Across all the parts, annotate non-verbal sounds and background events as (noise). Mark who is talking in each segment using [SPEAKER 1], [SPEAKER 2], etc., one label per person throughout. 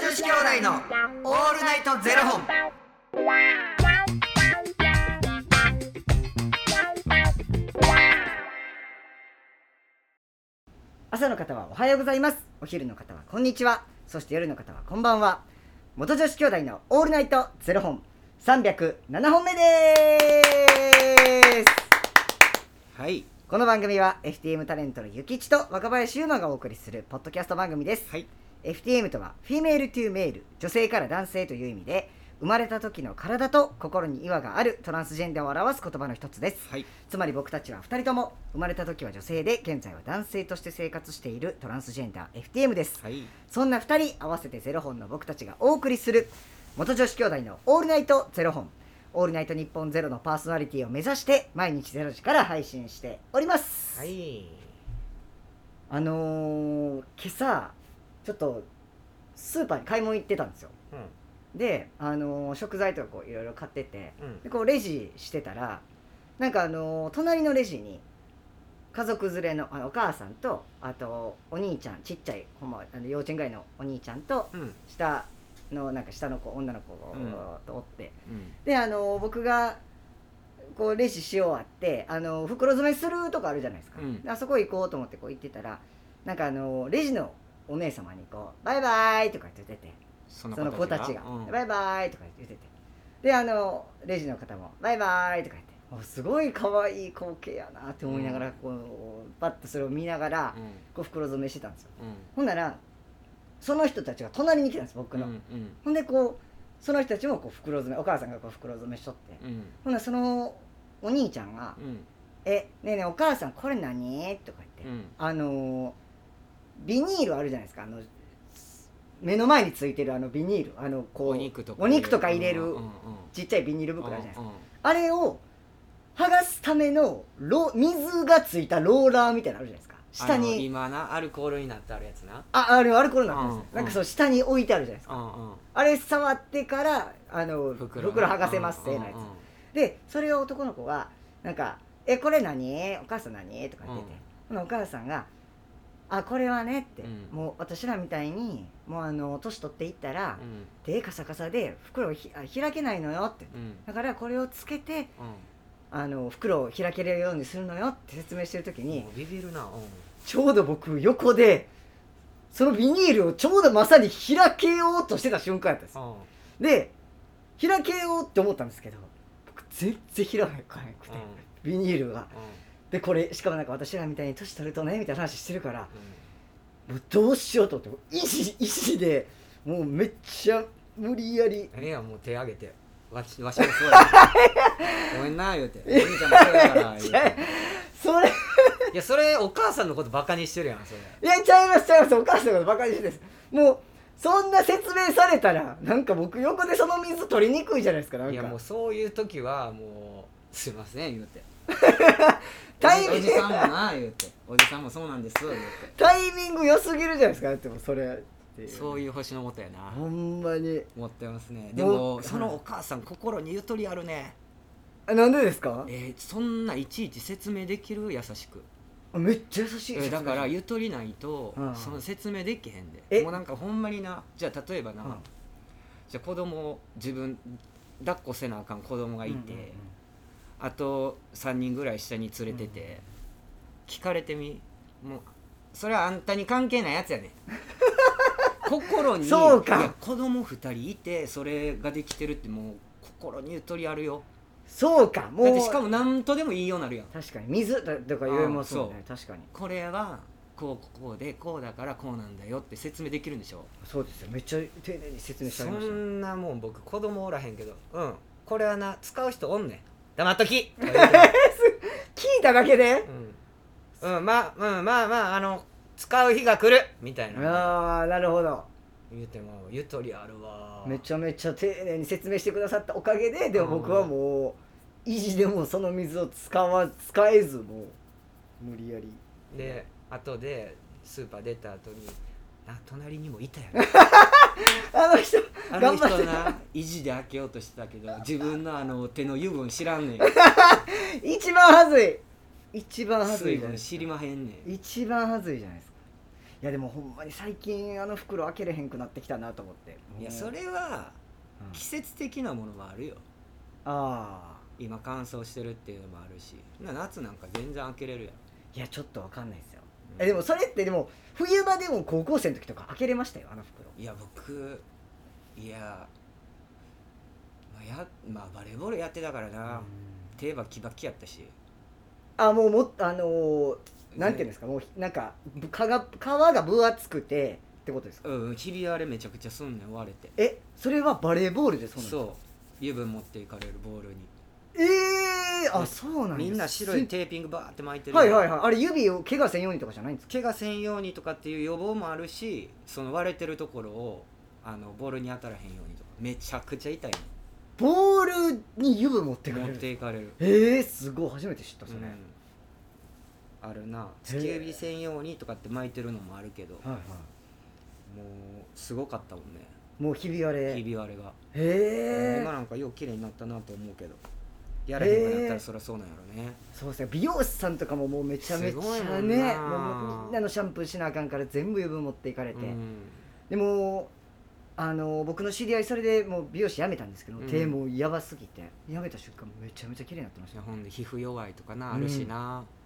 [SPEAKER 1] 子兄弟のオールナイトゼロ本。
[SPEAKER 2] 朝の方はおはようございますお昼の方はこんにちはそして夜の方はこんばんは元女子兄弟のオールナイトゼロ本307本目です
[SPEAKER 1] はい。
[SPEAKER 2] この番組は FTM タレントのゆきちと若林優馬がお送りするポッドキャスト番組です、
[SPEAKER 1] はい。
[SPEAKER 2] FTM とはフィメールトゥーメール女性から男性という意味で生まれた時の体と心に違和があるトランスジェンダーを表す言葉の一つです
[SPEAKER 1] はい。
[SPEAKER 2] つまり僕たちは2人とも生まれた時は女性で現在は男性として生活しているトランスジェンダー FTM です、
[SPEAKER 1] はい。
[SPEAKER 2] そんな2人合わせてゼロ本の僕たちがお送りする元女子兄弟の「オールナイトゼロ本」「オールナイト日本ゼロのパーソナリティを目指して毎日ゼロ時から配信しております、
[SPEAKER 1] い。
[SPEAKER 2] あのー、今朝ちょっとスーパーに買い物行ってたんですよ
[SPEAKER 1] うん。
[SPEAKER 2] で、あのー食材とかこういろいろ買ってて、
[SPEAKER 1] うん。
[SPEAKER 2] でこうレジしてたらなんかあのー隣のレジに家族連れのあのお母さんとあとお兄ちゃんちっちゃいほんまあの幼稚園ぐらいのお兄ちゃんと
[SPEAKER 1] うん。
[SPEAKER 2] 下のなんか下の子女の子
[SPEAKER 1] うん
[SPEAKER 2] とおって、であのー僕がこうレジし終わってあのー袋詰めするとかあるじゃないですか、
[SPEAKER 1] うん
[SPEAKER 2] であそこ行こうと思ってこう行ってたらなんかあのーレジのお姉様にこう「バイバイ」とか言ってて。
[SPEAKER 1] そ
[SPEAKER 2] その子たちが「
[SPEAKER 1] うん
[SPEAKER 2] バイバイ」とか言っててであのレジの方も「バイバイ」とか言っておすごい可愛い光景やなって思いながらこう、パッとそれを見ながら
[SPEAKER 1] うん。
[SPEAKER 2] こう袋詰めしてたんですよ
[SPEAKER 1] うん。
[SPEAKER 2] ほんならその人たちが隣に来たんです僕の、
[SPEAKER 1] うん。うん。
[SPEAKER 2] ほんでこうその人たちもこう袋詰めお母さんがこう袋詰めしとって、
[SPEAKER 1] うん。
[SPEAKER 2] ほんならそのお兄ちゃんが
[SPEAKER 1] うん。
[SPEAKER 2] 「えねえねえお母さんこれ何?」とか言って、
[SPEAKER 1] うん。
[SPEAKER 2] あのービニールあるじゃないですかあの目の前についてるあのビニールあのこう
[SPEAKER 1] お肉とか。
[SPEAKER 2] お肉とか入れる
[SPEAKER 1] うんうん
[SPEAKER 2] ちっちゃいビニール
[SPEAKER 1] うん。
[SPEAKER 2] 袋あるじゃないですか、
[SPEAKER 1] うんうん
[SPEAKER 2] あれを剥がすためのロ水がついたローラーみたいなのあるじゃないですか下
[SPEAKER 1] あの
[SPEAKER 2] に
[SPEAKER 1] 今なアルコールになってあるやつな
[SPEAKER 2] ああれアルコールになってます、
[SPEAKER 1] うん
[SPEAKER 2] なんかそう下に置いてあるじゃないですか、
[SPEAKER 1] うんうん
[SPEAKER 2] あれ触ってからあの袋
[SPEAKER 1] 袋
[SPEAKER 2] 剥がせますって
[SPEAKER 1] う
[SPEAKER 2] なんや
[SPEAKER 1] うん
[SPEAKER 2] つ、でそれを男の子がなんか「えこれ何お母さん何?」とか言ってて、ほなお母さんが「あこれはね」って、
[SPEAKER 1] うん
[SPEAKER 2] もう私らみたいにもうあの年取っていったら、手カサカサで袋をひあ開けないのよって
[SPEAKER 1] うんうん
[SPEAKER 2] だからこれをつけて
[SPEAKER 1] う
[SPEAKER 2] あの袋を開けれるようにするのよって説明してる時
[SPEAKER 1] ん
[SPEAKER 2] に
[SPEAKER 1] もうビビるなうん
[SPEAKER 2] ちょうど僕横でそのビニールをちょうどまさに開けようとしてた瞬間やったんですよ
[SPEAKER 1] うん
[SPEAKER 2] で開けようって思ったんですけど僕全然開かなくて、ビニールがでこれしかもなんか私らみたいに年取るとねみたいな話してるからもうどうしようと思って意志意志でもうめっちゃ無理やり
[SPEAKER 1] うんええやんもう手挙げてわしわしも
[SPEAKER 2] (laughs)
[SPEAKER 1] そうやでごめんな言うてお兄ちゃんもそうやから言うて
[SPEAKER 2] (laughs) それ
[SPEAKER 1] いやそれお母さんのことバカにしてるやんそれ
[SPEAKER 2] いや、ちゃいます、ちゃいます。お母さんのことバカにしてです。もう、そんな説明されたら、なんか僕横でその水取りにくいじゃないですか、なんか。
[SPEAKER 1] いやもうそういう時はもうすいません言うて
[SPEAKER 2] タイ
[SPEAKER 1] お
[SPEAKER 2] ミン
[SPEAKER 1] じ
[SPEAKER 2] グ
[SPEAKER 1] さんもな言うておじさんもそうなんです言うて
[SPEAKER 2] タイミング良すぎるじゃないですか、だってもうそれっていう。
[SPEAKER 1] そういう星のもとやな
[SPEAKER 2] ほんまに。
[SPEAKER 1] 持ってますね
[SPEAKER 2] う
[SPEAKER 1] でも
[SPEAKER 2] はい
[SPEAKER 1] そのお母さん心にゆとりあるね
[SPEAKER 2] あなんでですか
[SPEAKER 1] えーそんないちいち説明できる優しく
[SPEAKER 2] あめっちゃ優しい。
[SPEAKER 1] えーだからゆとりないと
[SPEAKER 2] うん
[SPEAKER 1] その説明できへんで
[SPEAKER 2] え
[SPEAKER 1] もうなんかほんまになじゃあ例えばな、
[SPEAKER 2] うん
[SPEAKER 1] じゃあ子供を自分抱っこせなあかん子供がいて、
[SPEAKER 2] うんうんうん
[SPEAKER 1] あと3人ぐらい下に連れてて、聞かれてみもうそれはあんたに関係ないやつ (laughs) やねん心に
[SPEAKER 2] そうか
[SPEAKER 1] いや子供2人いてそれができてるってもう心にゆとりあるよ
[SPEAKER 2] そうか、もう。
[SPEAKER 1] だってしかも何とでもいいようになるやん
[SPEAKER 2] 確かに、水だとか言えますもんね。確かに。
[SPEAKER 1] これはこうこうこうでこうだからこうなんだよって説明できるんでしょ
[SPEAKER 2] そうですよ。めっちゃ丁寧に説明して
[SPEAKER 1] そ
[SPEAKER 2] ありましたね。
[SPEAKER 1] んなもん僕子供おらへんけどうんこれはな使う人おんねん黙っとき、とか言うて
[SPEAKER 2] 聞いただけで
[SPEAKER 1] うん、うん、まあうんまあまああの使う日が来るみたいな
[SPEAKER 2] ああ、なるほど。
[SPEAKER 1] 言ってもゆとりあるわ
[SPEAKER 2] めちゃめちゃ丁寧に説明してくださったおかげででも僕はもう意地でもその水を使わ使えずもう無理やり
[SPEAKER 1] で後でスーパー出た後にあ隣にもいたや
[SPEAKER 2] (laughs)
[SPEAKER 1] ん
[SPEAKER 2] あの人
[SPEAKER 1] あの
[SPEAKER 2] 頑張
[SPEAKER 1] 人
[SPEAKER 2] っ
[SPEAKER 1] な意地で開けようとしてたけど自分のあの手の油分知らんね
[SPEAKER 2] (laughs)
[SPEAKER 1] ん
[SPEAKER 2] て一番はずい一番はず
[SPEAKER 1] 水
[SPEAKER 2] いじゃない
[SPEAKER 1] 分
[SPEAKER 2] です
[SPEAKER 1] 知
[SPEAKER 2] か
[SPEAKER 1] りまへんねん
[SPEAKER 2] 一番はずいじゃないですかいやでもほんまに最近あの袋開けれへんくなってきたなと思って
[SPEAKER 1] いやそ、れは
[SPEAKER 2] うん
[SPEAKER 1] 季節的なものもあるよ
[SPEAKER 2] ああ
[SPEAKER 1] 今乾燥してるっていうのもあるしな夏なんか全然開けれるやん
[SPEAKER 2] いやちょっとわかんないですよ、
[SPEAKER 1] うん
[SPEAKER 2] えでもそれってでも冬場でも高校生の時とか開けれましたよあの袋
[SPEAKER 1] いや僕いや,、まあ、やまあバレーボールやってたからな、手バキバキやったし
[SPEAKER 2] あもうもっあのーなんていうんですか、もうなんかぶ皮が皮が分厚くてってことですか、
[SPEAKER 1] うんひび割れめちゃくちゃすんねん割れて
[SPEAKER 2] えそれはバレーボールでそうなんですか
[SPEAKER 1] そう油分持っていかれるボールに
[SPEAKER 2] ええー、あそうなんです
[SPEAKER 1] みんな白いテーピングバーって巻いてる
[SPEAKER 2] はいはいはいあれ指を怪我せんようにとかじゃないんですか
[SPEAKER 1] 怪我せんようにとかっていう予防もあるしその割れてるところをあのボールに当たらへんようにとかめちゃくちゃ痛い
[SPEAKER 2] ボールに油分持ってく
[SPEAKER 1] の
[SPEAKER 2] れ
[SPEAKER 1] 持っ
[SPEAKER 2] る
[SPEAKER 1] ていかれる、
[SPEAKER 2] えー、すごい初めて知ったそれ、
[SPEAKER 1] うんあるな
[SPEAKER 2] へえ
[SPEAKER 1] 突き指せんようにとかって巻いてるのもあるけども
[SPEAKER 2] はいは
[SPEAKER 1] うすごかったもんね
[SPEAKER 2] いもうひび割れ
[SPEAKER 1] ひ
[SPEAKER 2] へ
[SPEAKER 1] び割れが、
[SPEAKER 2] え
[SPEAKER 1] 今なんかよう綺麗になったなと思うけどやれへんかなったらそりゃそうなんやろね、
[SPEAKER 2] そうですね美容師さんとかももうめちゃめちゃ
[SPEAKER 1] すごいもん
[SPEAKER 2] ね
[SPEAKER 1] な
[SPEAKER 2] もうみんなのシャンプーしなあかんから全部油分持っていかれて、
[SPEAKER 1] うん
[SPEAKER 2] でもあの僕の知り合いそれでもう美容師辞めたんですけど、
[SPEAKER 1] うん
[SPEAKER 2] 手もうやばすぎて辞めた瞬間めちゃめちゃ綺麗になってました
[SPEAKER 1] 日本で皮膚弱いとかなあるしな、うん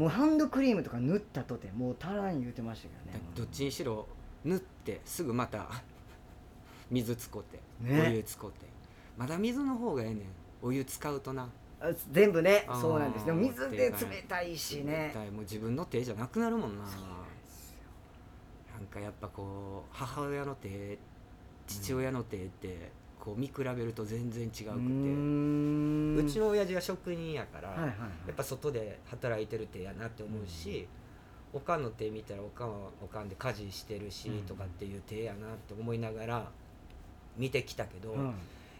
[SPEAKER 2] もうハンドクリームとか塗ったとてもう足らん言うてましたけど
[SPEAKER 1] だ
[SPEAKER 2] ね
[SPEAKER 1] どっちにしろ縫ってすぐまた (laughs) 水使って、
[SPEAKER 2] ね
[SPEAKER 1] お湯使ってまだ水の方がええねんお湯使うとな
[SPEAKER 2] あ全部ね
[SPEAKER 1] あー
[SPEAKER 2] そうなんですでも水で冷たいしね
[SPEAKER 1] 絶対もう自分の手じゃなくなるもんな
[SPEAKER 2] そうなんですよ
[SPEAKER 1] なんかやっぱこう母親の手父親の手ってこう見比べると全然違うくて、
[SPEAKER 2] う
[SPEAKER 1] う
[SPEAKER 2] ーん
[SPEAKER 1] ちの親父が職人やから、
[SPEAKER 2] はいはいはい
[SPEAKER 1] やっぱ外で働いてる手やなって思うし、おかんの手見たらおかんはおかんで家事してるし
[SPEAKER 2] うん
[SPEAKER 1] とかっていう手やなって思いながら見てきたけど、
[SPEAKER 2] うん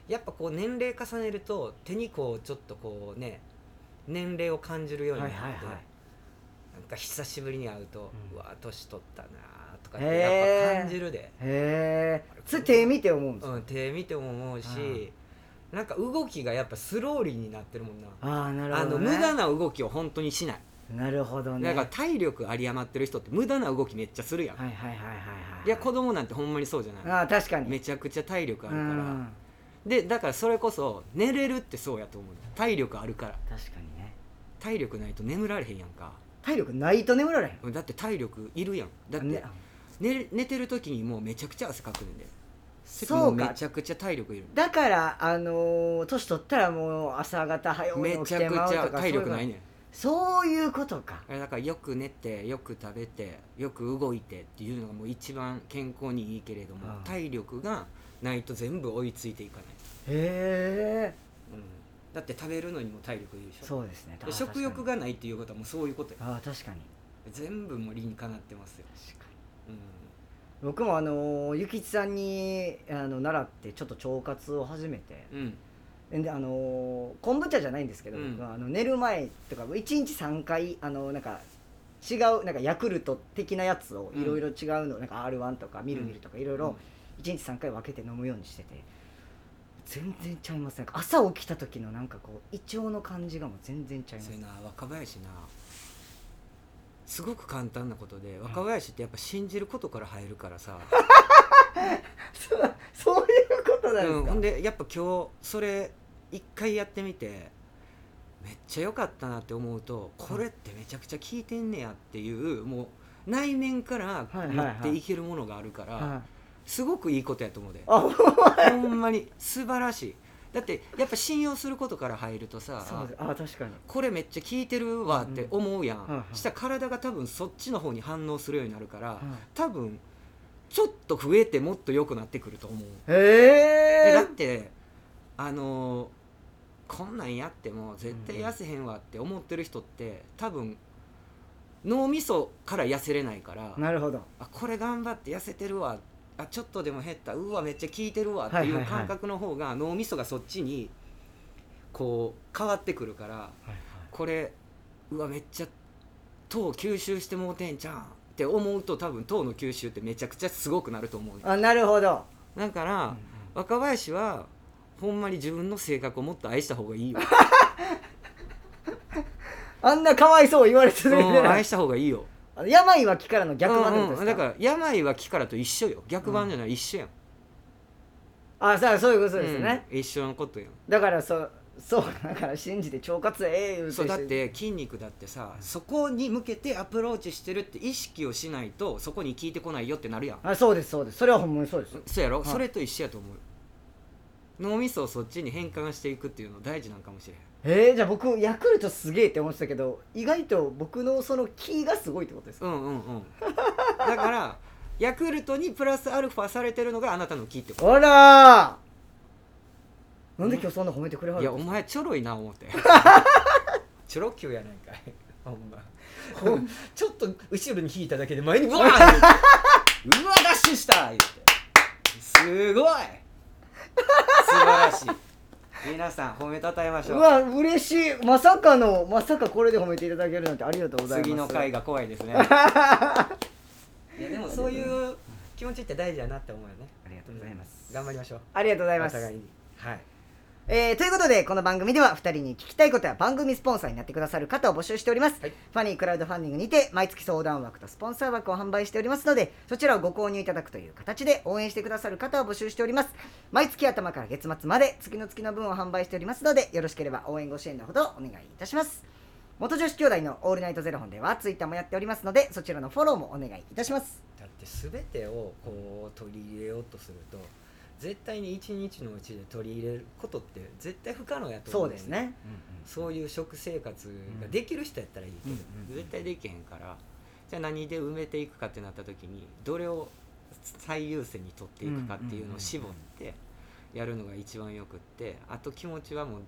[SPEAKER 1] やっぱこう年齢重ねると手にこうちょっとこうね年齢を感じるようになって、
[SPEAKER 2] はいはいはい
[SPEAKER 1] なんか久しぶりに会うと、
[SPEAKER 2] う
[SPEAKER 1] うんわ年取ったなとかっ
[SPEAKER 2] へ
[SPEAKER 1] て
[SPEAKER 2] ー
[SPEAKER 1] やっぱ感じるで、
[SPEAKER 2] へえそれ手見て思うんですか、
[SPEAKER 1] うん、手見ても思うし、なんか動きがやっぱスローリーになってるもんな。
[SPEAKER 2] ああなる
[SPEAKER 1] あ
[SPEAKER 2] ほ
[SPEAKER 1] の
[SPEAKER 2] ど、ね、
[SPEAKER 1] 無駄な動きを本当にしない
[SPEAKER 2] なるほどね
[SPEAKER 1] だから体力有り余ってる人って無駄な動きめっちゃするやん、
[SPEAKER 2] はいはいはいはいはい
[SPEAKER 1] いや子供なんてほんまにそうじゃない
[SPEAKER 2] ああ確かに
[SPEAKER 1] め
[SPEAKER 2] ち
[SPEAKER 1] ちゃくちゃ体力
[SPEAKER 2] ゃ
[SPEAKER 1] あるからでだからそれこそ寝れるってそうやと思うの体力あるから
[SPEAKER 2] 確かにね
[SPEAKER 1] 体力ないと眠られへんやんか
[SPEAKER 2] 体力ないと眠られへん
[SPEAKER 1] だって体力いるやんだって、
[SPEAKER 2] ね
[SPEAKER 1] 寝寝てる時にもうめちゃくちゃ汗かくねんで
[SPEAKER 2] そう
[SPEAKER 1] も
[SPEAKER 2] か
[SPEAKER 1] めちゃくちゃ体力いる
[SPEAKER 2] だからあのー年取ったらもう朝方早う
[SPEAKER 1] め
[SPEAKER 2] に起
[SPEAKER 1] ち
[SPEAKER 2] き
[SPEAKER 1] ゃ
[SPEAKER 2] て
[SPEAKER 1] く
[SPEAKER 2] まう
[SPEAKER 1] ちゃ
[SPEAKER 2] とか
[SPEAKER 1] 体力ない
[SPEAKER 2] そういうこ
[SPEAKER 1] ねん
[SPEAKER 2] とそういうことか
[SPEAKER 1] あれだからよく寝てよく食べてよく動いてっていうのがもう一番健康にいいけれども
[SPEAKER 2] うん
[SPEAKER 1] 体力がないと全部追いついていかない、
[SPEAKER 2] へえ
[SPEAKER 1] だって食べるのにも体力いるでしょ
[SPEAKER 2] そうですね
[SPEAKER 1] で食欲
[SPEAKER 2] が
[SPEAKER 1] がないっていうことはもうそういうことよ
[SPEAKER 2] ああ確かに
[SPEAKER 1] 全部もう理にかなってますよ、
[SPEAKER 2] 確かに
[SPEAKER 1] う
[SPEAKER 2] 僕もあのー、ゆきちさんにあの習ってちょっと腸活を始めて
[SPEAKER 1] んうん、
[SPEAKER 2] であのー昆布茶じゃないんですけど、
[SPEAKER 1] うん
[SPEAKER 2] 僕はあの寝る前とか1日3回あのなんか違うなんかヤクルト的なやつをいろいろ違うの、なんか r 1とかみるみるとかいろいろ1日3回分けて飲むようにしてて全然ちゃいますなんか朝起きた時のなんかこう胃腸の感じがもう全然ちゃいま
[SPEAKER 1] そ
[SPEAKER 2] す
[SPEAKER 1] れな若林なすごく簡単なことで若林ってやっぱ信じることから入るからさ、
[SPEAKER 2] (laughs) そうそういうことなんです
[SPEAKER 1] うん、
[SPEAKER 2] か、
[SPEAKER 1] ほんでやっぱ今日それ一回やってみてめっちゃ良かったなって思うとこれってめちゃくちゃ効いてんねやっていうもう内面から
[SPEAKER 2] はいはい
[SPEAKER 1] 持
[SPEAKER 2] はい
[SPEAKER 1] っていけるものがあるから、
[SPEAKER 2] はい
[SPEAKER 1] すごくいいことや
[SPEAKER 2] (laughs)
[SPEAKER 1] と思うで
[SPEAKER 2] あほんま
[SPEAKER 1] ほんまに素晴らしいだってやっぱ信用することから入るとさ
[SPEAKER 2] そうですあ確かに
[SPEAKER 1] これめっちゃ効いてるわって思うやん、
[SPEAKER 2] うんはいはい
[SPEAKER 1] したら体が多分そっちの方に反応するようになるから、
[SPEAKER 2] はい
[SPEAKER 1] 多分ちょっと増えてもっと良くなってくると思う
[SPEAKER 2] へ
[SPEAKER 1] えだっ
[SPEAKER 2] え
[SPEAKER 1] てあのーこんなんやっても絶対痩せへんわって思ってる人って多分脳みそから痩せれないから
[SPEAKER 2] なるほど
[SPEAKER 1] あこれ頑張って痩せてるわあちょっとでも減ったうわめっちゃ効いてるわってい
[SPEAKER 2] はいは
[SPEAKER 1] う
[SPEAKER 2] いはい
[SPEAKER 1] 感覚の方が脳みそがそっちにこう変わってくるからこれうわめっちゃ糖吸収してもうてんじゃんって思うと多分糖の吸収ってめちゃくちゃすごくなると思うね
[SPEAKER 2] あなるほど
[SPEAKER 1] だから、若林はほんまに自分の性格をもっと愛した方がい
[SPEAKER 2] (laughs)
[SPEAKER 1] いよ
[SPEAKER 2] あんなかわいそう言われ続け
[SPEAKER 1] う
[SPEAKER 2] て
[SPEAKER 1] ん
[SPEAKER 2] な
[SPEAKER 1] 愛
[SPEAKER 2] い
[SPEAKER 1] した方がいいよ
[SPEAKER 2] あの病は気からの逆版ってこと
[SPEAKER 1] うん
[SPEAKER 2] で
[SPEAKER 1] う
[SPEAKER 2] すか、
[SPEAKER 1] んだから病は木からと一緒よ逆版じゃない、一緒やん
[SPEAKER 2] あそうそういうことですよね、
[SPEAKER 1] うん一緒のことやん
[SPEAKER 2] だからそうそうだから信じて腸活ええ言うて
[SPEAKER 1] そうだって筋肉だってさそこに向けてアプローチしてるって意識をしないとそこに効いてこないよってなるやん
[SPEAKER 2] あそうですそうですそれはほんまにそうです
[SPEAKER 1] そうやろ、
[SPEAKER 2] はい
[SPEAKER 1] それと一緒やと思う脳みそをそっちに変換していくっていうの大事なんかもしれへん
[SPEAKER 2] えー、じゃあ僕ヤクルトすげえって思ってたけど意外と僕のその気がすごいってことですか
[SPEAKER 1] うんうんうん (laughs) だからヤクルトにプラスアルファされてるのがあなたの木ってこ
[SPEAKER 2] あらーなんで今日そんな褒めてくれは
[SPEAKER 1] と
[SPEAKER 2] る
[SPEAKER 1] いや
[SPEAKER 2] ん
[SPEAKER 1] お
[SPEAKER 2] です
[SPEAKER 1] 前ちょろいな思って (laughs) ちょろ級やないかいほんま
[SPEAKER 2] ほん
[SPEAKER 1] ちょっと後ろに引いただけで前にブワーンって言ってうわダッシュした言ってすごい素晴らしい皆さん褒めたたえまし
[SPEAKER 2] う
[SPEAKER 1] ょう
[SPEAKER 2] わ嬉しいまさかのまさかこれで褒めていただけるなんてありがとうございます
[SPEAKER 1] 次の回が怖
[SPEAKER 2] (laughs)
[SPEAKER 1] いですねいやでもそういう気持ちって大事だなって思うよね
[SPEAKER 2] ありがとうございます
[SPEAKER 1] 頑張りましょう
[SPEAKER 2] ありがとうございま
[SPEAKER 1] お互
[SPEAKER 2] す
[SPEAKER 1] いにはい
[SPEAKER 2] えーということでこの番組では2人に聞きたいことや番組スポンサーになってくださる方を募集しております、
[SPEAKER 1] はい
[SPEAKER 2] ファニークラウドファンディングにて毎月相談枠とスポンサー枠を販売しておりますのでそちらをご購入いただくという形で応援してくださる方を募集しております毎月頭から月末まで月の月の分を販売しておりますのでよろしければ応援ご支援のほどお願いいたします元女子兄弟のオールナイトゼロ本ではツイッターもやっておりますのでそちらのフォローもお願いいたします
[SPEAKER 1] だって全てをこう取り入れようとすると絶対に一日のうちで取り入れることって絶対不可能やと
[SPEAKER 2] そ
[SPEAKER 1] 思う
[SPEAKER 2] うん
[SPEAKER 1] だ
[SPEAKER 2] で
[SPEAKER 1] よ
[SPEAKER 2] すね
[SPEAKER 1] そういう食生活ができる人やったらいいけど、
[SPEAKER 3] うん
[SPEAKER 1] 絶対できへんからじゃあ何で埋めていくかってなった時にどれを最優先に取っていくかっていうのを絞ってやるのが一番よくってあと気持ちはもう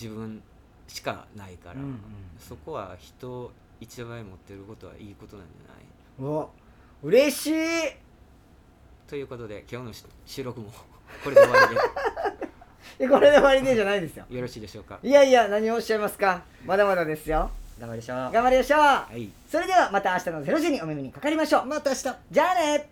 [SPEAKER 1] 自分しかないから、
[SPEAKER 3] うんうん
[SPEAKER 1] そこは人一倍持ってることはいいことなんじゃないう
[SPEAKER 2] わ嬉しい
[SPEAKER 1] ということで今日のし収録もこれで終わり
[SPEAKER 2] えこれで終わりでじゃないですよ
[SPEAKER 1] でよろしいでしょうか。
[SPEAKER 2] いやいや何をおっしゃいますかまだまだですよ
[SPEAKER 3] (laughs) 頑張りましょう
[SPEAKER 2] 頑張りましょう
[SPEAKER 1] はい
[SPEAKER 2] それではまた明日の0時にお耳にかかりましょうまた明日じゃあね